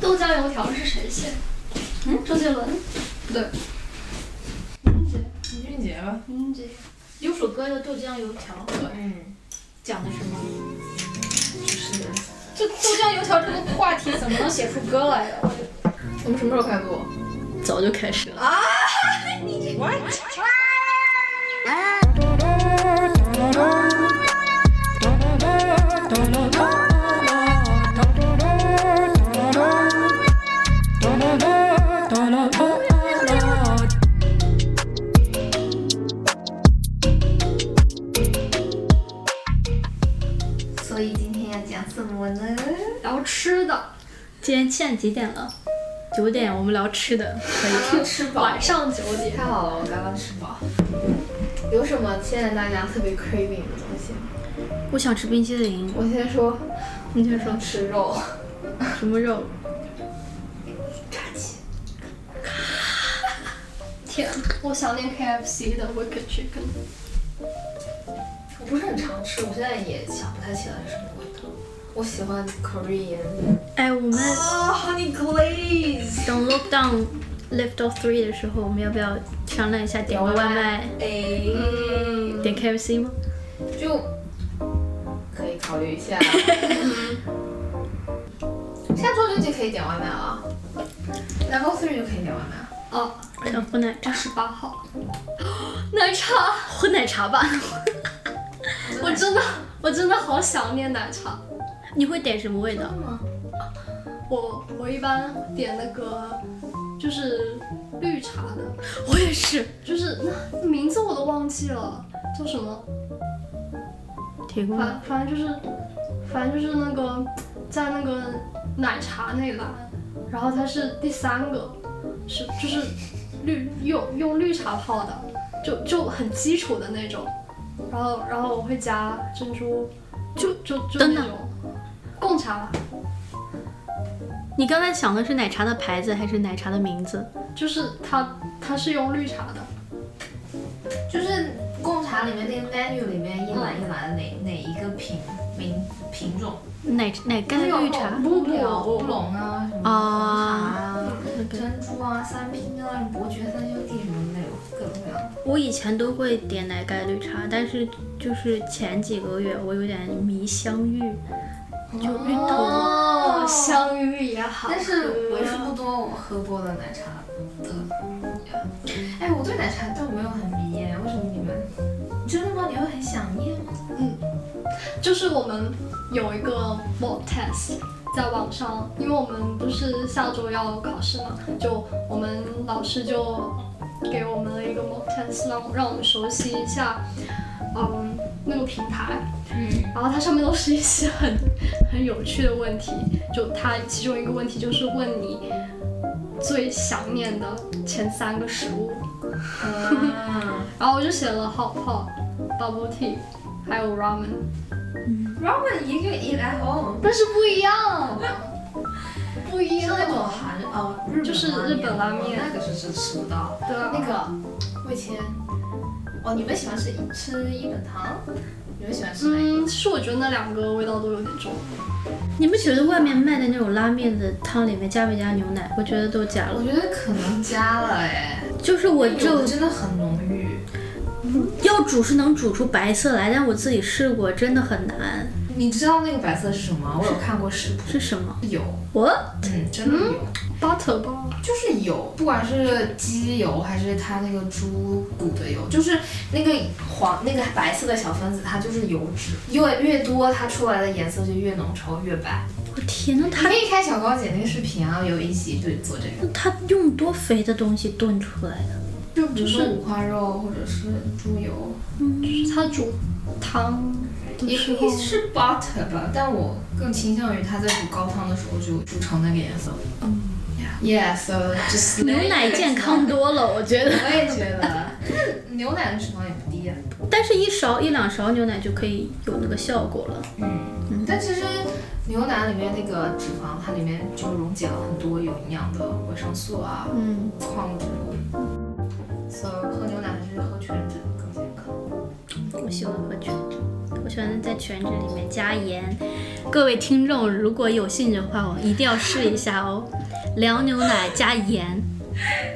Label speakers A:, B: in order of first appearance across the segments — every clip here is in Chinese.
A: 豆浆油条是谁写的？嗯，周杰伦？不对，林杰，
B: 林俊杰吧，
A: 林杰。
C: 有首歌叫《豆浆油条》，
B: 嗯，
C: 讲的是什么？
B: 就是
A: 这豆浆油条这个话题怎么能写出歌来呀？我觉得
B: 我们什么时候开录？
C: 早就开始了。
D: 所以今天要讲什么呢？
A: 聊吃的，
C: 今天现在几点了？九点，我们聊吃的，可以。
A: 啊
B: 吃饱
A: 晚上九点。
B: 太好了，我刚刚吃饱。有什么现在大家特别 craving 的东西？
C: 我想吃冰淇淋，
B: 我先说，
C: 你先说
B: 吃肉，
C: 什么肉？
A: 天，我想念 KFC 的 Wicked Chicken。
B: 我不是很常吃，我现在也想不太起来什么味道。我喜欢 Korean。
C: 哎，我们
B: 啊、h o n e y glaze。
C: 等 lockdown lift off three 的时候，我们要不要商量一下点个外卖，
B: 哎，
C: 点 KFC 吗？
B: 嗯就可以考虑一 下。下周六就可以点外卖了，Level Three 就可以点外卖了。
A: 哦，
C: 我想喝奶茶，
A: 二十八号， 奶茶，
C: 喝奶茶吧。
A: 我真的，我真的好想念奶茶。
C: 你会点什么味道？
A: 我我一般点那个就是绿茶的，
C: 我也是。
A: 就是那名字我都忘记了，叫什么？
C: 铁锅
A: 反反正就是，反正就是那个在那个奶茶那栏，然后它是第三个，是就是绿用用绿茶泡的，就就很基础的那种，然后然后我会加珍珠，就就就
C: 等
A: 那
C: 等
A: 种贡茶，
C: 你刚才想的是奶茶的牌子还是奶茶的名字？
A: 就是它它是用绿茶的。
D: 就是贡茶里面那个 menu 里面一栏一栏哪哪一个品名品种？
C: 奶奶盖绿茶
A: 不不，
D: 有
A: 我
D: 乌龙啊，什么红茶啊，
C: 那个。
D: 珍珠啊，三拼啊，伯爵三兄弟什么的，有各种各样的。
C: 我以前都会点奶盖绿茶，但是就是前几个月我有点迷香芋，就芋头。
A: 哦，香芋也好，
D: 但是为数不多我喝过的奶茶的。哎，我对奶茶倒没有很迷耶，为什么你们？真的吗？你会很想念吗？
A: 就是我们有一个 mock test 在网上，因为我们不是下周要考试嘛，就我们老师就给我们了一个 mock test，让让我们熟悉一下，嗯，那个平台。
D: 嗯，
A: 然后它上面都是一些很很有趣的问题，就它其中一个问题就是问你最想念的前三个食物，
D: 呃
A: 然后我就写了 hot pot、bubble tea，还有 ramen，
D: 然后一个一来哦，
A: 但是不一样，不一
D: 是
A: 样，
D: 那种韩哦，日本
A: 就是
D: 拉
A: 日本拉面
D: 哦那个是真吃不到。
A: 对啊，
D: 那个味千，哦，你们喜欢吃吃一本堂？你们喜欢吃哪一个？
A: 嗯，其实我觉得那两个味道都有点重，
C: 你们觉得外面卖的那种拉面的汤里面加没加牛奶？我觉得都加
D: 我
C: 了，
D: 觉得可能加了哎，
C: 就是我
D: 有
C: 就
D: 的真的很浓郁。
C: 要煮是能煮出白色来，但我自己试过真的很难。
D: 你知道那个白色是什么？我有看过食谱，
C: 是什么？
D: 有，
C: 我
D: 嗯，真的有，
A: butter 吧，
D: 就是有，不管是鸡油还是它那个猪骨的油，就是那个黄那个白色的小分子，它就是油脂，越越多它出来的颜色就越浓稠越白。
C: 我天呐，
D: 你
C: 他
D: 可以看小高姐那个视频啊，有一集对做这个。
C: 他用多肥的东西炖出来的？
D: 就比如说五花肉或者是猪油，
A: 就是它煮汤的
D: 也可
A: 时
D: 以
A: 候，
D: 是 butter 吧，但我更倾向于它在煮高汤的时候就煮成那个颜色。嗯，yes，just
C: 牛奶健康多了，我觉得。
D: 我也觉得，但牛奶的脂肪也不低啊。
C: 但是，一勺一两勺牛奶就可以有那个效果了。
D: 嗯，但其实牛奶里面那个脂肪，它里面就溶解了很多有营养的维生素啊、
C: 嗯，
D: 矿物质。所以喝牛奶还是喝全脂更健康。
C: 我喜欢喝全脂，我喜欢在全脂里面加盐。各位听众如果有兴趣的话，我一定要试一下哦。凉牛奶加盐，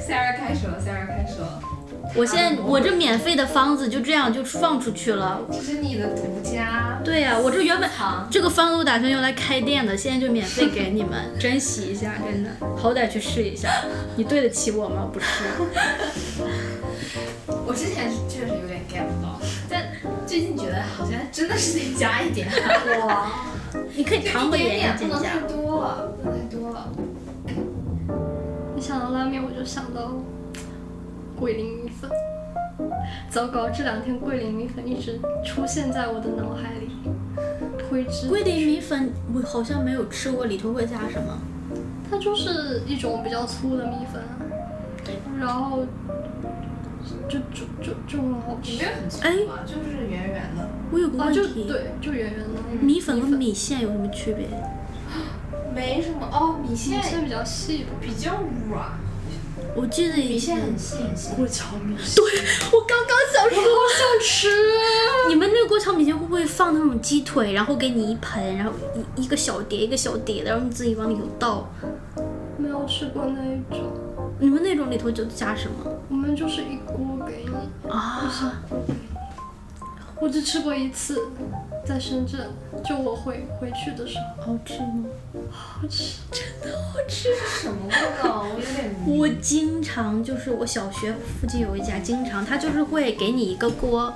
D: Sarah 开始了，Sarah 开始了，
C: 我现在我这免费的方子就这样就放出去了。
D: 这是你的独家
C: 对呀、我这原本
D: 藏。
C: 这个方子我打算用来开店的，现在就免费给你们，珍惜一下，真的，好歹去试一下。你对得起我吗？不是。
D: 我之前确实有点 get 不到，但最近觉得好像真的是得加一点，
A: 哇，
C: 你可以糖和
D: 一点
C: 盐
D: 点，不能
C: 增加
D: 太。多了，不能太多了。
A: 你想到拉面，我就想到桂林米粉。糟糕，这两天桂林米粉一直出现在我的脑海里，挥之。
C: 桂林米粉我好像没有吃过，里头会加什么？
A: 它就是一种比较粗的米粉，啊然后就就就就很好
D: 你
A: 吃
D: 没。有很粗
C: 哎
D: 吗？就是圆圆的，
C: 我有个
A: 啊，
C: 问
A: 就
C: 题，
A: 对，就圆圆的。
C: 米粉跟米线有什么区别？
D: 没什么哦。米
A: 米
D: 线
A: 线比较细吧，
D: 比较软，
C: 我记得以
D: 米线
C: 前
D: 很细很细。
A: 过桥米线。
C: 我刚刚想说，
A: 想吃。
C: 你们那个过桥米线会不会放那种鸡腿，然后给你一盆，然后一一个小碟一个小碟的，然后你自己往里头倒？
A: 没有吃过那一种，
C: 你们那种里头就加什么
A: 我们就是一锅给你，一小
C: 啊？
A: 锅给你。我只吃过一次，在深圳，就我回回去的时候，
C: 好吃吗？
A: 好吃。
D: 什么味道？我有点迷
C: 我经常就是我小学附近有一家，经常他就是会给你一个锅，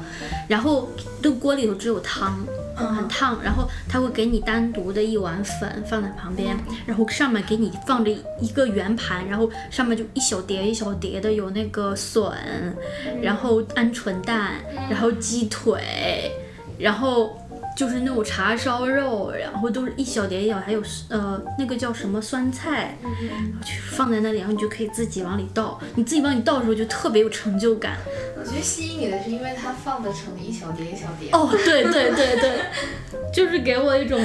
C: 然后这个锅里头只有汤，
D: 嗯
C: 很烫，然后他会给你单独的一碗粉放在旁边，然后上面给你放着一个圆盘，然后上面就一小碟一小碟的有那个笋，然后鹌鹑蛋，然后鸡腿，然后。就是那种茶烧肉，然后都是一小碟一小，还有呃那个叫什么酸菜，就是放在那里，然后你就可以自己往里倒。你自己往里倒的时候就特别有成就感。
D: 我觉得吸引你的是因为它放的成一小碟一小碟。
C: 哦，对对对对，就是给我一种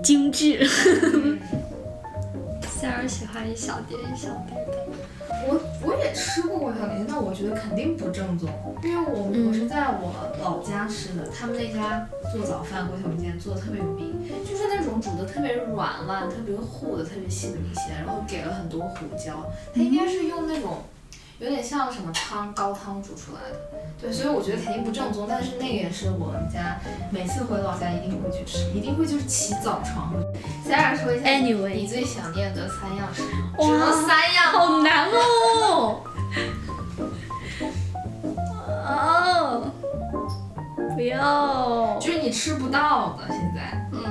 C: 精致。
A: 仙儿喜欢一小碟一小碟的，
D: 我我也吃过过小米线，但我觉得肯定不正宗，因为我
C: 嗯
D: 我是在我老家吃的，他们那家做早饭过小米线做的特别有名，就是那种煮的特别软烂、特别糊的、特别细的米线，然后给了很多胡椒，它应该是用那种有点像什么汤高汤煮出来的，对，所以我觉得肯定不正宗，但是那个也是我们家每次回老家一定会去吃，一定会就是起早床。Sarah 说一下你
C: Anyway
D: 你最想念的三样食物，
C: 哇
D: 只能三样哦。
C: 好难哦。哦，不要啊！
D: 就是你吃不到的。现在
A: 嗯，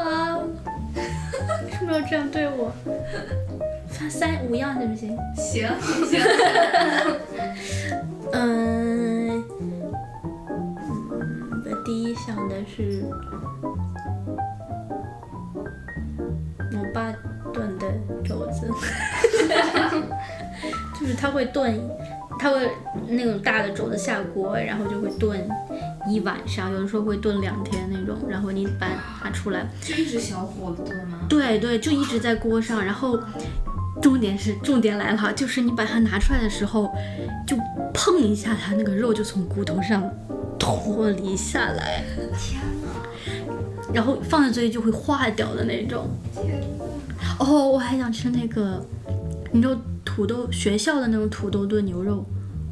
C: 啊 为什么要这样对我？发三五样行不行？
D: 行行，
C: 嗯，嗯我第一想的是我爸炖的肘子， 就是他会炖，他会那种大的肘子下锅，然后就会炖一晚上，有的时候会炖两天那种，然后你把它拿出来，
D: 就一直小火炖吗？
C: 对对，就一直在锅上。然后，重点是重点来了，就是你把它拿出来的时候，就碰一下它，那个肉就从骨头上脱离下来，
A: 天哪！
C: 然后放在嘴里就会化掉的那种。
A: 天哪！
C: 哦，我还想吃那个，你知道土豆学校的那种土豆炖牛肉，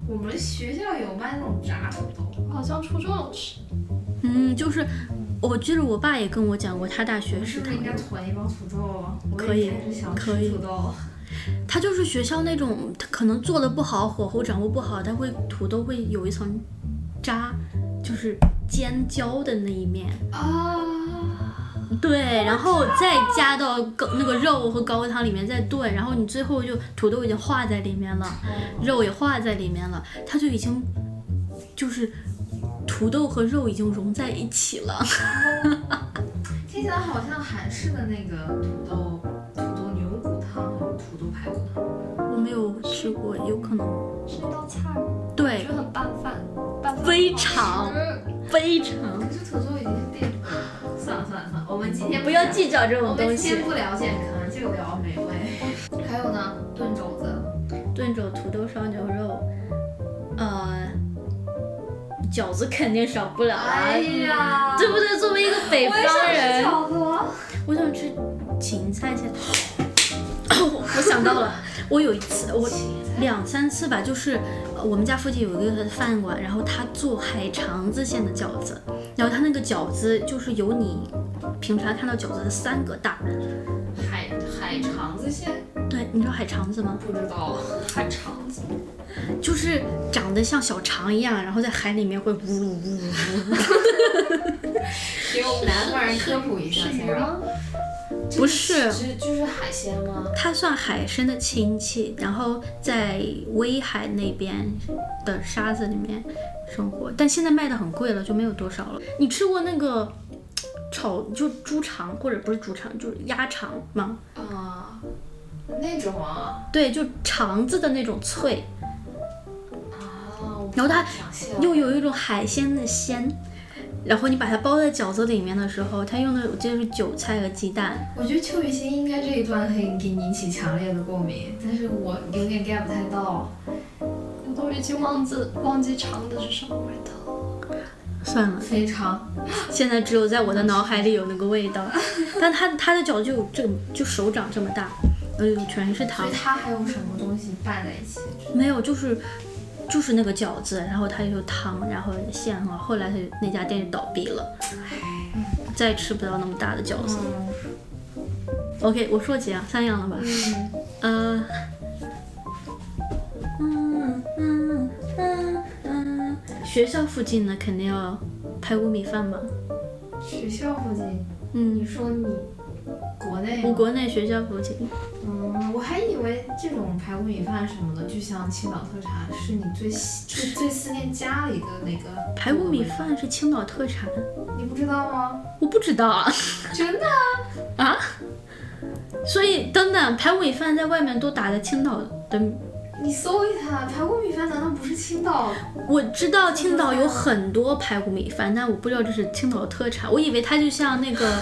D: 我们学校有卖那种炸土豆，
A: 好像初中有吃，
C: 嗯，就是我记得我爸也跟我讲过，他大学时
D: 是不
C: 他
D: 是应该囤一包土豆？哦
C: 可以
D: 我也开始想
C: 可以
D: 吃土豆。哦
C: 他就是学校那种，他可能做的不好，火候掌握不好，他会土豆会有一层渣，就是尖焦的那一面。
A: 啊，
C: 对，然后再加到高那个肉和高汤里面再炖，然后你最后就土豆已经化在里面了，肉也化在里面了，它就已经就是土豆和肉已经融在一起了。
D: 听起来好像韩式的那个土豆土豆牛骨汤还有土豆排骨汤。
C: 我没有吃过，有可能
A: 是一道菜吗？
B: 哎
A: 我
C: 对
A: 觉，得很拌饭，拌饭
C: 非
A: 好
C: 常
A: 吃
C: 非常
D: 可是土豆已经是淀粉。算了算了算了，我们今天
C: 不要
D: 记，
C: 计较这
D: 我们
C: 种东
D: 今
C: 西
D: 天。不聊健康，就聊美味。还有呢，炖肘子。
C: 炖着土豆烧牛肉，呃，饺子肯定少不了啊，
A: 哎呀，
C: 对不对？作为一个
B: 哎
C: 北
A: 我也想
C: 方
A: 吃
C: 人，
A: 饺子。
C: 我想吃芹菜馅。我 我想到了，我有一次，我两三次吧，就是呃我们家附近有一个饭馆，然后他做海肠子馅的饺子，然后他那个饺子就是有你平常看到饺子的三个大，
B: 海海肠子馅
C: 对，你知道海肠子吗？
B: 不知道，海肠子
C: 就是长得像小肠一样，然后在海里面会呜呜呜呜。
B: 给我们南方人科普一下，
A: 是鱼
B: 先生
A: 吗？
C: 不是
B: 就是就是海鲜吗？
C: 它算海参的亲戚，然后在威海那边的沙子里面生活，但现在卖的很贵了，就没有多少了。你吃过那个炒就猪肠或者不是猪肠，就是鸭肠吗？
B: 啊，那种啊
C: 对，就肠子的那种脆，
B: 啊，
C: 然后它
B: 想象
C: 又有一种海鲜的鲜。然后你把它包在饺子里面的时候，它用的我记得是韭菜和鸡蛋，
D: 我觉得邱雨欣应该这一段可以给你引起强烈的共鸣，但是我有点 get 不太到。
A: 我都已经忘记忘记肠子是什么味道了。
C: 算了，
D: 非常
C: 现在只有在我的脑海里有那个味 道。但它它的饺子就有这就手掌这么大，哎呦，全是
D: 所
C: 糖
D: 以。它还有什么东西拌在一起？
C: 没有，就是就是那个饺子，然后它有汤，然后馅啊，后来它就那家店就倒闭了，再也吃不到那么大的饺子。OK，我说几样，三样了吧？嗯，嗯嗯嗯嗯嗯，学校附近的肯定要排骨米饭吧？
D: 学校附近，你
C: 嗯，
D: 说你国内
C: 我
D: 吗？
C: 国内学校附近，
D: 嗯，我还以为这种排骨米饭什么的，就像青岛特产，是你最喜最最思念家里的那个
C: 排骨米，饭是青岛特产，
D: 你不知道吗？
C: 嗯我不知道啊。
D: 真的，
C: 所以等等，排骨米饭在外面都打在青岛的
D: 你搜一下，排骨米饭难道不是青岛？
C: 我知道青岛有很多排骨米饭，但我不知道这是青岛的特产。我以为它就像那个，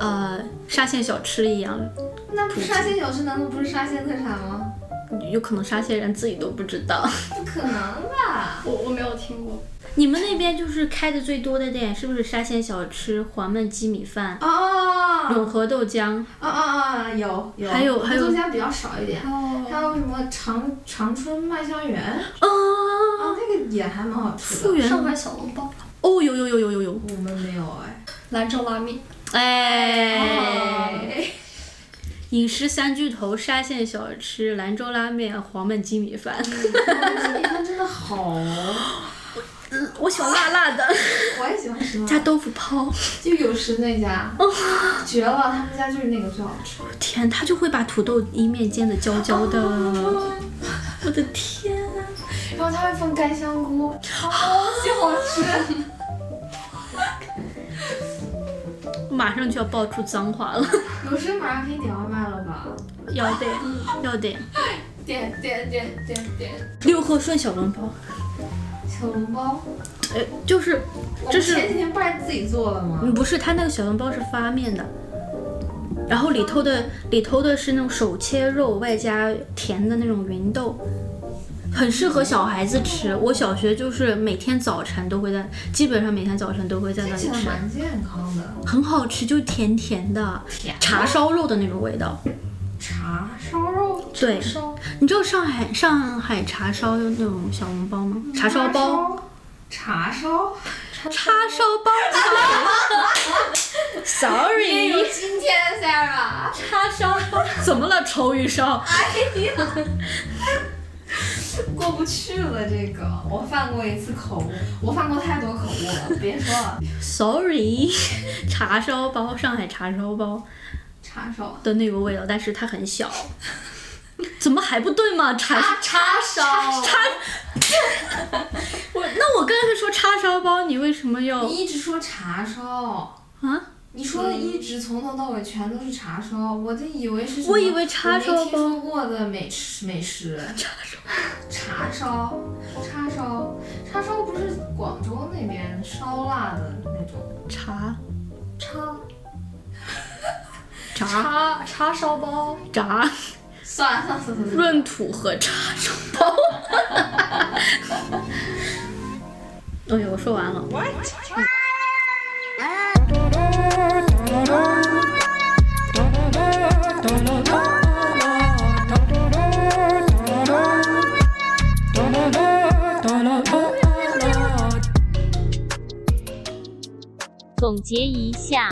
C: 呃，沙县小吃一样，
D: 那不沙县小吃难道不是沙县特产吗？
C: 有可能沙县人自己都不知道。
D: 不可能吧？
A: 我我没有听过，
C: 你们那边就是开的最多的店，是不是沙县小吃、黄焖鸡米饭、
D: 啊
C: 永和豆浆？
D: 啊啊啊！有有，
C: 还有还有
D: 我们家比较少一点。还
A: 哦，
D: 有什么长长春麦香园啊，
C: 啊，
D: 那个也还蛮好吃
C: 复
D: 的。
C: 原
A: 上海小笼包、
C: 哦，有有有有有有，
D: 我们没有哎，
A: 兰州拉面，
C: 哦哎，
D: 哎，
C: 饮食三巨头：沙县小吃、兰州拉面、黄焖鸡米饭。
D: 这地方真的好，
C: 嗯， 我喜欢辣辣的，
D: 我也喜欢吃
C: 加
D: 辣，
C: 豆腐泡。
D: 就有时那家，
C: 哦
D: 绝了，他们家就是那个最好吃。
C: 天，他就会把土豆一面煎的焦焦的， 我的天、啊
D: 然后他会放干香菇，好喜欢吃。
C: 马上就要爆出脏话 了，
D: 有时马上可以点外卖了吧？
C: 要得要得，
D: 点点点点点，
C: 六合顺小笼包，
D: 小笼包，
C: 呃，就是
D: 我
C: 这
D: 们
C: 是
D: 前几天不是自己做了吗？
C: 嗯不是他那个小笼包是发面的，然后里头的里头的是那种手切肉，外加甜的那种芸豆。很适合小孩子吃。我小学就是每天早晨都会在，基本上每天早晨都会在那
D: 听起
C: 里
D: 来
C: 吃，
D: 蛮健康的。
C: 很好吃，就是甜甜的，
D: 甜
C: 茶烧肉的那种味道。
D: 茶烧肉，
C: 对，
A: 烧
C: 你知道上海上海茶烧有那种小笼包吗？茶烧包、，
D: 茶烧。
C: 叉烧包 ，sorry，
D: 哎今天 Sarah，
C: 叉烧包，怎么了？丑与烧，
D: 过不去了这个，我犯过一次口误，我犯过太多口误了，别说了。
C: ，sorry，茶 烧包，上海茶烧包
D: 叉烧，
C: 的那个味道，但是它很小， 怎么还不对嘛？叉
B: 叉烧，
C: 叉，我那我刚才说叉烧包，你为什么要
D: 你一直说叉烧，
C: 啊？
D: 你说的一直从头到尾全都是叉烧，我就以为是什么
C: 我以为叉烧
D: 我没听
C: 包
D: 说过的美食美 食。叉烧，叉烧，叉烧，叉烧不是广州那边烧腊的那种
C: 茶
A: 叉
C: 炸
A: 叉叉烧包，
C: 炸
D: 算了算了算了算了，
C: 闰土和叉烧包。 哎呦，我说完了。
E: 总结一下，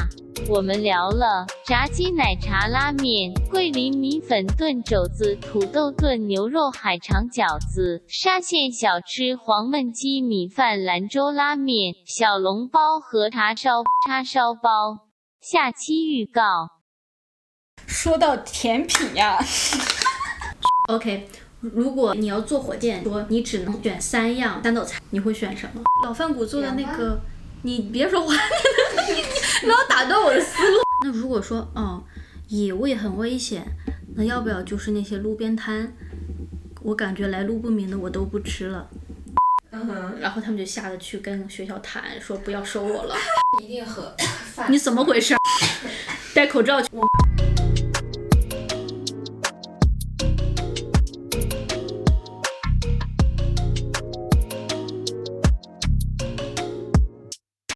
E: 我们聊了炸鸡、奶茶、拉面、桂林米粉、炖肘子、土豆炖牛肉、海肠饺子、沙县小吃、黄焖鸡米饭、兰州拉面、小笼包和叉烧叉烧包。下期预告。
F: 说到甜品呀，
C: OK，如果你要做火箭，说你只能选三样三道菜，你会选什么？老饭骨做的那个，你别说话，你老打断我的思路。 那如果说哦，野味很危险，那要不要就是那些路边摊？我感觉来路不明的我都不吃了。
D: 嗯哼，
C: 然后他们就下得去跟学校谈，说不要收我了。
B: 一定和
C: 你怎么回事？戴口罩去。我